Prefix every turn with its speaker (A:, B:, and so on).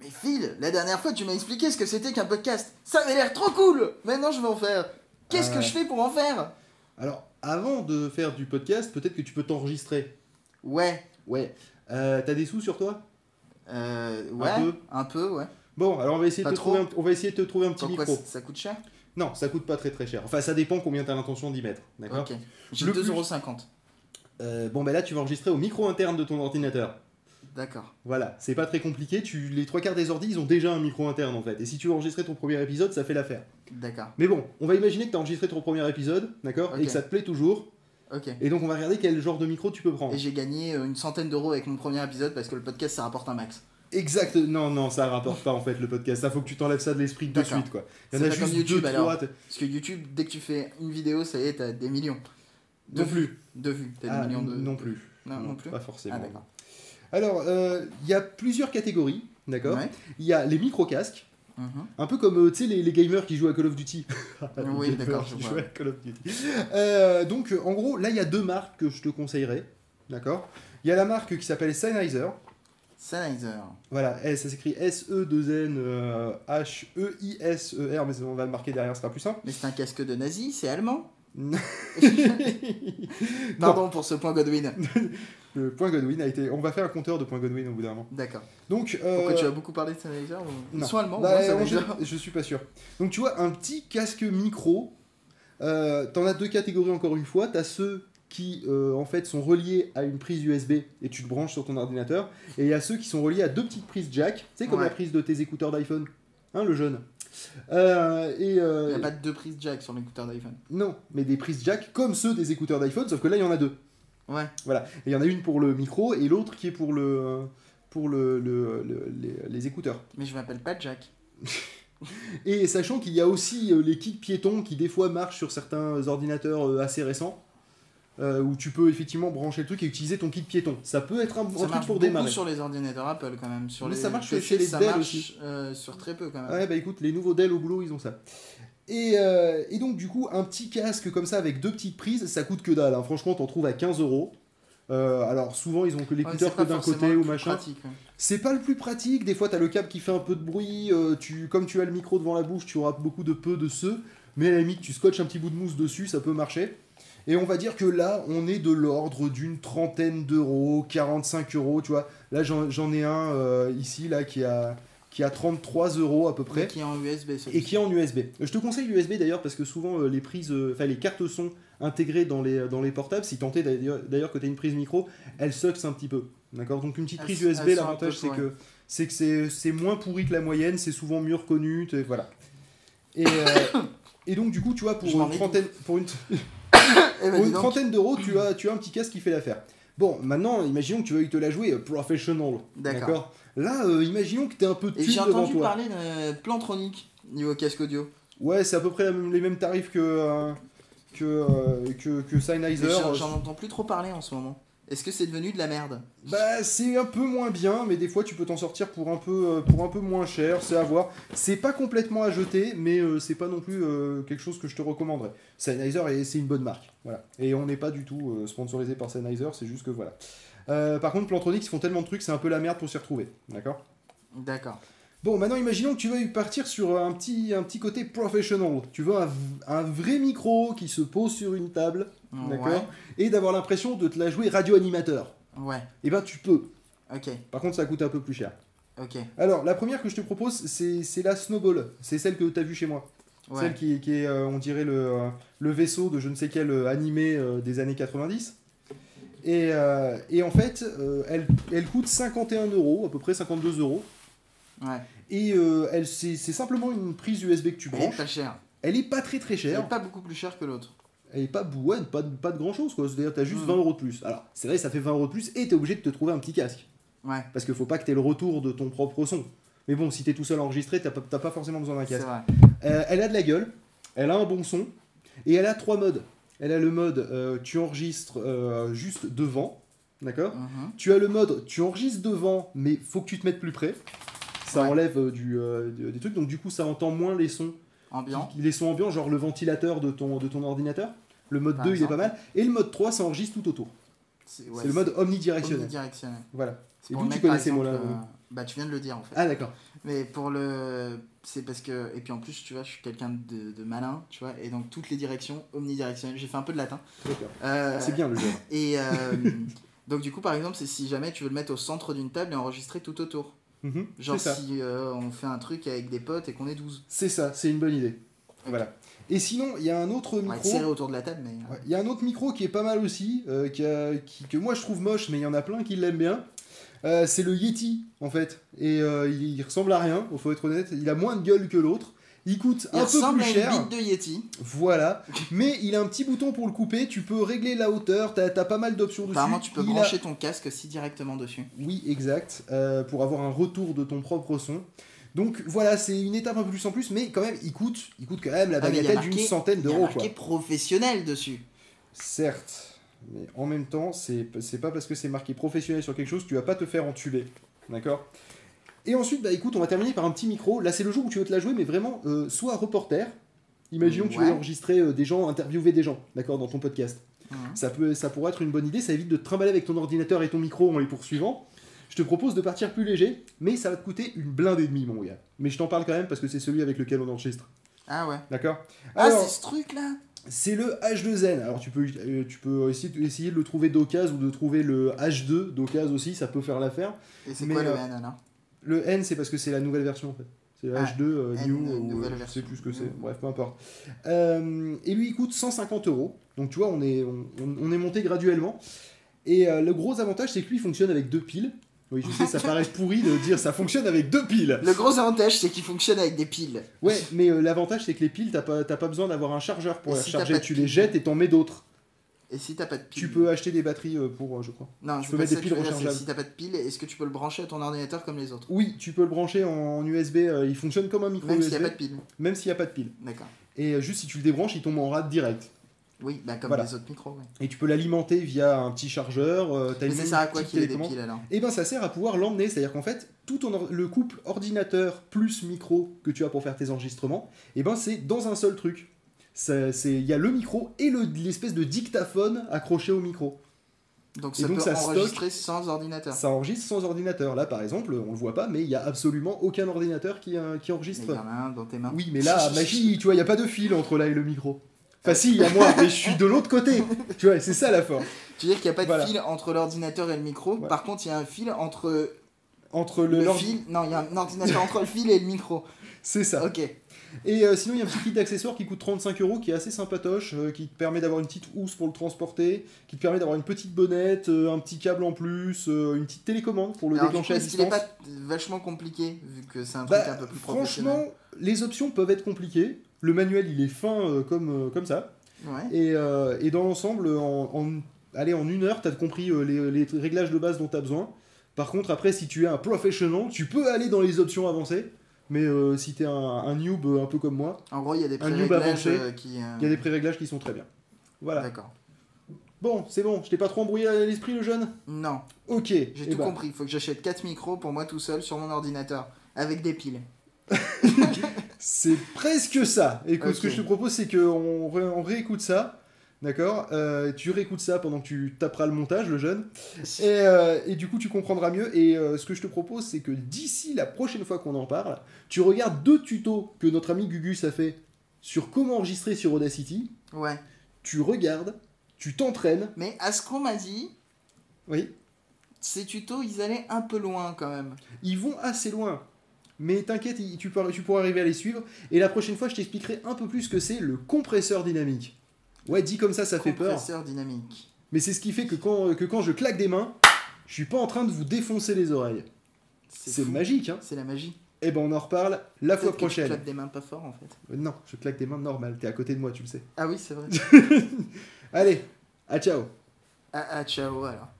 A: Mais Phil, la dernière fois tu m'as expliqué ce que c'était qu'un podcast. Ça avait l'air trop cool Maintenant je vais en faire. Qu'est-ce
B: Ah
A: que
B: ouais.
A: je fais pour en faire
B: Alors, avant de faire du podcast, peut-être que tu peux t'enregistrer.
A: Ouais,
B: Ouais. Euh, T'as des sous sur toi
A: euh, ouais,
B: peu.
A: un peu, ouais.
B: Bon, alors on va essayer, de
A: Pas
B: te
A: trop.
B: trouver un, on va essayer de te trouver un petit
A: Pourquoi
B: micro.
A: ça, ça coûte cher
B: Non, ça coûte pas très très cher. Enfin, ça dépend combien t'as l'intention d'y mettre. D'accord
A: Ok. J'ai
B: Le plus-
A: 2,50€.
B: Euh, Bon, ben là, tu vas enregistrer au micro interne de ton ordinateur.
A: D'accord.
B: Voilà, c'est pas très compliqué. Tu, les trois quarts des ordi, ils ont déjà un micro interne en fait. Et si tu veux enregistrer ton premier épisode, ça fait l'affaire.
A: D'accord.
B: Mais bon, on va imaginer que t'as enregistré ton premier épisode, d'accord
A: Ok.
B: Et que ça te plaît toujours.
A: Ok. Et
B: Et donc, on va regarder quel genre de micro tu peux prendre.
A: j'ai gagné euh, une centaine d'euros avec mon premier épisode parce que le podcast ça rapporte un max.
B: Exact. Non, non, ça rapporte pas en fait le podcast. Ça faut que tu t'enlèves ça de l'esprit de
A: D'accord.
B: suite quoi. Il y en
A: C'est
B: a
A: pas
B: juste
A: comme YouTube,
B: deux,
A: alors.
B: trois. t-
A: Parce que YouTube, dès que tu fais une vidéo, ça y est, t'as des millions. De
B: Non plus.
A: De vues. T'as des
B: Ah,
A: millions de.
B: Non plus.
A: Non, non plus.
B: Pas
A: Ah,
B: forcément.
A: d'accord.
B: Alors, euh, il y a plusieurs catégories, d'accord
A: Ouais.
B: Il y a les micro-casques,
A: Mhm.
B: un peu comme, euh, tu sais, les, les gamers qui jouent à Call of Duty. Les
A: Oui,
B: gamers
A: d'accord,
B: qui
A: je
B: jouent
A: vois.
B: à Call of Duty. Euh, donc, euh, en gros, là, il y a deux marques que je te conseillerais, d'accord Il y a la marque qui s'appelle Sennheiser.
A: Sennheiser.
B: Voilà, eh, ça s'écrit euh, E S-E-2-N-H-E-I-S-E-R, mais on va le marquer derrière, ce sera plus simple.
A: Mais c'est un casque de nazi, c'est allemand.
B: Non.
A: Pardon pour ce point Godwin.
B: Le point Godwin a été... On va faire un compteur de point Godwin au bout d'un moment.
A: D'accord.
B: Donc, euh,
A: Pourquoi tu as hein, beaucoup parlé de Sennheiser ou... Ils
B: Non.
A: sont allemands,
B: Bah,
A: non,
B: en
A: Sennheiser
B: général, je suis pas sûr. Donc tu vois, un petit casque micro, euh, t'en as deux catégories encore une fois. T'as ceux qui euh, en fait sont reliés à une prise USB et tu le branches sur ton ordinateur. Et il y a ceux qui sont reliés à deux petites prises jack, tu sais comme
A: Ouais.
B: la prise de tes écouteurs d'iPhone. Hein, le jeune. Euh, et
A: Il n'y
B: euh,
A: a pas de deux prises jack sur l'écouteur d'iPhone.
B: non, mais des prises jack comme ceux des écouteurs d'iPhone, sauf que là il y en a deux.
A: Ouais.
B: Voilà, et il y en a une pour le micro et l'autre qui est pour le pour le, le- le- les- les écouteurs.
A: Mais je m'appelle pas Jack.
B: Et sachant qu'il y a aussi euh, les kits piétons qui des fois marchent sur certains ordinateurs euh, assez récents, euh, où tu peux effectivement brancher le truc et utiliser ton kit piéton. Ça peut être un, bon
A: ça
B: truc
A: marche
B: pour
A: beaucoup
B: démarrer.
A: sur les ordinateurs Apple quand même. Sur
B: Mais
A: les
B: ça marche
A: PC,
B: chez les
A: ça
B: Dell
A: marche,
B: aussi.
A: euh, sur très peu quand même.
B: Ouais, bah écoute, les nouveaux Dell au boulot, ils ont ça. Et, euh, et donc, du coup, un petit casque comme ça avec deux petites prises, ça coûte que dalle. hein. Franchement, t'en trouves à 15 euros. Euh, alors, souvent, ils ont que
A: Ouais, c'est
B: l'écouteur que
A: pas
B: d'un
A: forcément
B: côté
A: le
B: ou
A: plus
B: machin.
A: pratique, hein. ouais.
B: C'est pas le plus pratique, des fois t'as le câble qui fait un peu de bruit, euh, tu, comme tu as le micro devant la bouche, tu auras beaucoup de peu de ce, mais à la limite tu scotches un petit bout de mousse dessus, ça peut marcher. Et on va dire que là, on est de l'ordre d'une trentaine d'euros, 45 euros, tu vois. Là j'en j'en ai un euh, ici, là, qui a, qui a 33 euros à peu
A: Mais
B: près,
A: qui est en USB celui-ci.
B: et qui est en USB. Je te conseille l'USB d'ailleurs, parce que souvent euh, les prises, euh, enfin les cartes son intégrées dans les, euh, dans les portables, si tenté d'ailleurs d'ailleurs que tu as une prise micro, elle sucks un petit peu. D'accord Donc une petite
A: Elles-
B: prise
A: elles
B: USB,
A: sont un
B: l'avantage
A: peu,
B: c'est que c'est que c'est- c'est moins pourri que la moyenne, c'est souvent mieux reconnu, t'es- voilà. Et, euh, et donc du coup, tu vois, pour
A: Je m'en
B: une trentaine, pour une,
A: Eh ben,
B: pour
A: dis
B: une
A: donc.
B: trentaine d'euros, tu as, tu as un petit casque qui fait l'affaire. Bon, maintenant, imaginons que tu veuilles te la jouer euh, professional.
A: D'accord.
B: D'accord Là, euh, imaginons que tu un peu de
A: Et
B: thune
A: j'ai
B: devant
A: entendu
B: toi.
A: parler d'un plantronique niveau casque audio.
B: Ouais, c'est à peu près la même- les mêmes tarifs que, euh, que, euh, que, que Sennheiser.
A: Mais J'en j'en entends plus trop parler en ce moment. Est-ce que c'est devenu de la merde
B: Bah, c'est un peu moins bien, mais des fois tu peux t'en sortir pour un peu, euh, pour un peu moins cher, c'est à voir. C'est pas complètement à jeter, mais euh, c'est pas non plus euh, quelque chose que je te recommanderais. Sennheiser, est- c'est une bonne marque, voilà. Et on n'est pas du tout euh, sponsorisé par Sennheiser, c'est juste que voilà. Euh, par contre, Plantronics, ils font tellement de trucs, c'est un peu la merde pour s'y retrouver, d'accord
A: D'accord.
B: Bon, maintenant imaginons que tu veuilles partir sur un petit, un petit côté professional. Tu veux un, v- un vrai micro qui se pose sur une table, d'accord
A: Ouais.
B: Et d'avoir l'impression de te la jouer radio-animateur.
A: Ouais.
B: Eh ben, tu peux.
A: Ok.
B: Par contre, ça coûte un peu plus cher.
A: Ok.
B: Alors, la première que je te propose, c'est c'est la Snowball. C'est celle que tu as vue chez moi.
A: Ouais.
B: Celle qui, est- qui est, euh, on dirait, le, euh, le vaisseau de je ne sais quel euh, animé euh, des années 90. Et, euh, et en fait, euh, elle, elle coûte 51 euros, à peu près 52 euros.
A: Ouais.
B: Et euh, elle, c'est c'est simplement une prise USB que tu
A: Elle est
B: branches.
A: pas chère.
B: Elle est pas très très
A: Elle est
B: chère.
A: pas beaucoup plus chère que l'autre.
B: Elle est pas bouane, pas, de- pas de grand chose quoi. C'est-à-dire t'as juste
A: Mhm.
B: 20 euros de plus. Alors c'est vrai, ça fait 20 euros de plus et t'es obligé de te trouver un petit casque.
A: Ouais.
B: Parce qu'il faut pas que t'aies le retour de ton propre son. Mais bon, si t'es tout seul enregistré, t'as pas, t'as pas forcément besoin d'un
A: C'est
B: casque.
A: vrai.
B: Euh, elle a de la gueule, elle a un bon son et elle a trois modes. Elle a le mode euh, tu enregistres euh, juste devant, d'accord
A: Mhm.
B: tu as le mode, tu enregistres devant, mais faut que tu te mettes plus près. Ça
A: Ouais.
B: enlève euh, du, euh, de- des trucs, donc du coup ça entend moins les sons
A: Ambiant.
B: qui- les sons ambiants, genre le ventilateur de ton, de ton ordinateur. Le mode
A: Par
B: 2, il est
A: exemple.
B: pas mal. Et le mode 3, ça enregistre tout autour.
A: C'est ouais,
B: c'est le mode omnidirectionnel.
A: omnidirectionnel.
B: Voilà.
A: C'est
B: Et
A: pour
B: d'où
A: le
B: tu
A: mec, par
B: connais ces
A: exemple,
B: mots-là,
A: euh,
B: oui.
A: Bah, tu viens de le dire en fait.
B: Ah, d'accord.
A: Mais pour le. C'est parce que. Et puis en plus, tu vois, je suis quelqu'un de, de malin, tu vois, et donc toutes les directions, omnidirectionnelles. J'ai fait un peu de latin.
B: D'accord.
A: Euh,
B: C'est bien le jeu.
A: Et euh, donc, du coup, par exemple, c'est si jamais tu veux le mettre au centre d'une table et enregistrer tout autour.
B: Mhm,
A: Genre
B: c'est ça.
A: si euh, on fait un truc avec des potes et qu'on est 12.
B: C'est ça, c'est une bonne idée. Voilà. Et sinon, il y a un autre
A: On va être
B: micro.
A: serré autour de la table, mais. euh,
B: Ouais, Il y a un autre micro qui est pas mal aussi, euh, qui a- qui- que moi je trouve moche, mais il y en a plein qui l'aiment bien. Euh, c'est le Yeti, en fait. Et euh, il, il ressemble à rien, il faut être honnête. Il a moins de gueule que l'autre. Il coûte
A: Il
B: un peu
A: ressemble
B: plus
A: à
B: cher.
A: une bite de Yeti.
B: Voilà. Mais il a un petit bouton pour le couper. Tu peux régler la hauteur. T'as as pas mal d'options dessus.
A: Apparemment, tu peux
B: Il a-
A: brancher ton casque si directement dessus.
B: Oui, exact. euh, pour avoir un retour de ton propre son. Donc voilà, c'est une étape un peu plus en plus, mais quand même, il coûte, il coûte quand même la
A: Ah, mais il y a
B: bagatelle d'une
A: marqué-
B: centaine
A: Il y a
B: d'euros. quoi.
A: marqué professionnel dessus.
B: Certes, mais en même temps, c'est c'est pas parce que c'est marqué professionnel sur quelque chose que tu vas pas te faire entuber. D'accord Et ensuite, bah écoute, on va terminer par un petit micro. Là, c'est le jour où tu veux te la jouer, mais vraiment, euh, sois reporter. Imaginons que tu
A: Ouais.
B: veux enregistrer euh, des gens, interviewer des gens, d'accord, dans ton podcast.
A: Mhm.
B: Ça, peut, ça pourrait être une bonne idée, ça évite de te trimballer avec ton ordinateur et ton micro en les poursuivant. Je te propose de partir plus léger, mais ça va te coûter une blinde et demie, mon gars. Mais je t'en parle quand même parce que c'est celui avec lequel on enregistre,
A: Ah ouais.
B: d'accord
A: Ah,
B: Alors-
A: c'est ce truc là
B: c'est le H2N. Alors tu peux, euh, tu peux essayer, essayer de le trouver d'occasion ou de trouver le H2 d'occasion aussi, ça peut faire l'affaire.
A: Et c'est
B: Mais,
A: quoi le
B: euh,
A: ananas
B: Le N c'est parce que c'est la nouvelle version en fait. C'est le
A: Ah,
B: H2 euh,
A: N,
B: New
A: euh,
B: ou
A: nouvelle
B: euh, je sais
A: version.
B: plus ce que c'est.
A: New.
B: Bref, peu importe. Euh, et lui il coûte 150 euros. Donc tu vois, on est, on, on- on est monté graduellement. Et euh, le gros avantage c'est que lui il fonctionne avec deux piles. Oui, je sais, ça paraît pourri de dire ça fonctionne avec deux piles.
A: Le gros avantage, c'est qu'il fonctionne avec des piles.
B: Ouais, mais euh, l'avantage c'est que les piles, t'as pas, t'as pas besoin d'avoir un chargeur pour
A: Et
B: les
A: si t'as
B: recharger.
A: pas de
B: Tu les
A: piles
B: jettes et t'en mets d'autres.
A: Et si t'as pas de piles
B: Tu peux acheter des batteries euh, pour, euh, je crois.
A: Non,
B: tu
A: c'est
B: peux
A: pas
B: mettre des
A: ça que
B: piles
A: je veux dire, c'est
B: rechargeables.
A: Si t'as pas de piles, est-ce que tu peux le brancher à ton ordinateur comme les autres
B: Oui, tu peux le brancher en USB, euh, il fonctionne comme un micro
A: Même s'il
B: USB,
A: n'y a pas de piles.
B: même s'il n'y a pas de pile.
A: D'accord.
B: Et euh, juste si tu le débranches, il tombe en rade direct.
A: Oui, bah comme
B: Voilà.
A: les autres micros. ouais.
B: Et tu peux l'alimenter via un petit chargeur. euh, t'as
A: Mais
B: une
A: ça sert à quoi
B: petite
A: qu'il ait des
B: télécommande.
A: piles alors
B: Eh ben ça sert à pouvoir l'emmener, c'est-à-dire qu'en fait, tout ton or- le couple ordinateur plus micro que tu as pour faire tes enregistrements, eh ben c'est dans un seul truc. Ça- c'est- Il y a le micro et le- l'espèce de dictaphone accroché au micro.
A: Donc
B: Et
A: ça
B: donc,
A: peut
B: ça stocke-
A: enregistrer sans ordinateur.
B: Ça enregistre sans ordinateur. Là, par exemple, on le voit pas, mais il y a absolument aucun ordinateur qui, euh, qui
A: Mais
B: enregistre.
A: il y en a un dans tes mains.
B: Oui, mais là, à magie, tu vois, il n'y a pas de fil entre là et le micro. Enfin, si, il y a moi, mais je suis de l'autre côté. Tu vois, c'est ça la force.
A: Tu veux dire qu'il n'y a pas de
B: Voilà.
A: fil entre l'ordinateur et le micro
B: Ouais.
A: Par contre, il y a un fil entre
B: Entre
A: le,
B: le. l'ordi-
A: fil. Non, il y a un ordinateur entre le fil et le micro.
B: C'est ça.
A: Ok.
B: Et euh, sinon, il y a un petit kit d'accessoires qui coûte 35 euros, qui est assez sympatoche, euh, qui te permet d'avoir une petite housse pour le transporter, qui te permet d'avoir une petite bonnette, euh, un petit câble en plus, euh, une petite télécommande pour le
A: Alors, du coup,
B: déclencher à
A: est-ce qu'il n'est
B: distance.
A: pas vachement compliqué vu que c'est un truc
B: Bah,
A: un peu plus
B: franchement, les options peuvent être compliquées. Le manuel, il est fin euh, comme, euh, comme ça.
A: professionnel Ouais.
B: Et, euh, et dans l'ensemble, en, en, allez, en une heure, t'as compris euh, les, les réglages de base dont t'as besoin. Par contre, après, si tu es un professionnel, tu peux aller dans les options avancées. Mais euh, si t'es un, un noob euh, un peu comme moi,
A: En gros, il y a des
B: Un noob
A: pré-réglages
B: avancé.
A: euh, qui. euh,
B: il y a des pré-réglages qui sont très bien. Voilà.
A: D'accord.
B: Bon, c'est bon, je t'ai pas trop embrouillé à l'esprit, le jeune
A: Non,
B: Ok.
A: j'ai
B: eh
A: tout
B: ben,
A: compris. Il faut que j'achète 4 micros pour moi tout seul sur mon ordinateur avec des piles.
B: C'est presque ça. Écoute, ce
A: Ok.
B: que je te propose, c'est qu'on ré- on réécoute ça. D'accord Euh, Tu réécoutes ça pendant que tu taperas le montage, le jeune. Et, euh, et du coup, tu comprendras mieux. Et euh, ce que je te propose, c'est que d'ici la prochaine fois qu'on en parle, tu regardes deux tutos que notre ami Gugus a fait sur comment enregistrer sur Audacity.
A: Ouais.
B: Tu regardes, tu t'entraînes.
A: Mais à ce qu'on m'a dit,
B: Oui,
A: ces tutos, ils allaient un peu loin quand même.
B: ils vont assez loin. Mais t'inquiète, ils- tu, pourras- tu pourras arriver à les suivre. Et la prochaine fois, je t'expliquerai un peu plus ce que c'est le compresseur dynamique. Ouais, dit comme ça, ça fait peur.
A: Compresseur dynamique.
B: Mais c'est ce qui fait que quand, que quand je claque des mains, je suis pas en train de vous défoncer les oreilles. C'est
A: fou.
B: magique, hein
A: C'est la magie.
B: Eh ben, on en reparle la
A: Peut-être
B: fois
A: que Tu
B: prochaine.
A: claques des mains pas fort en fait.
B: Euh, Non, je claque des mains normales, t'es à côté de moi, tu le sais.
A: Ah oui, c'est vrai.
B: Allez, à ciao
A: ah, ah, ciao alors.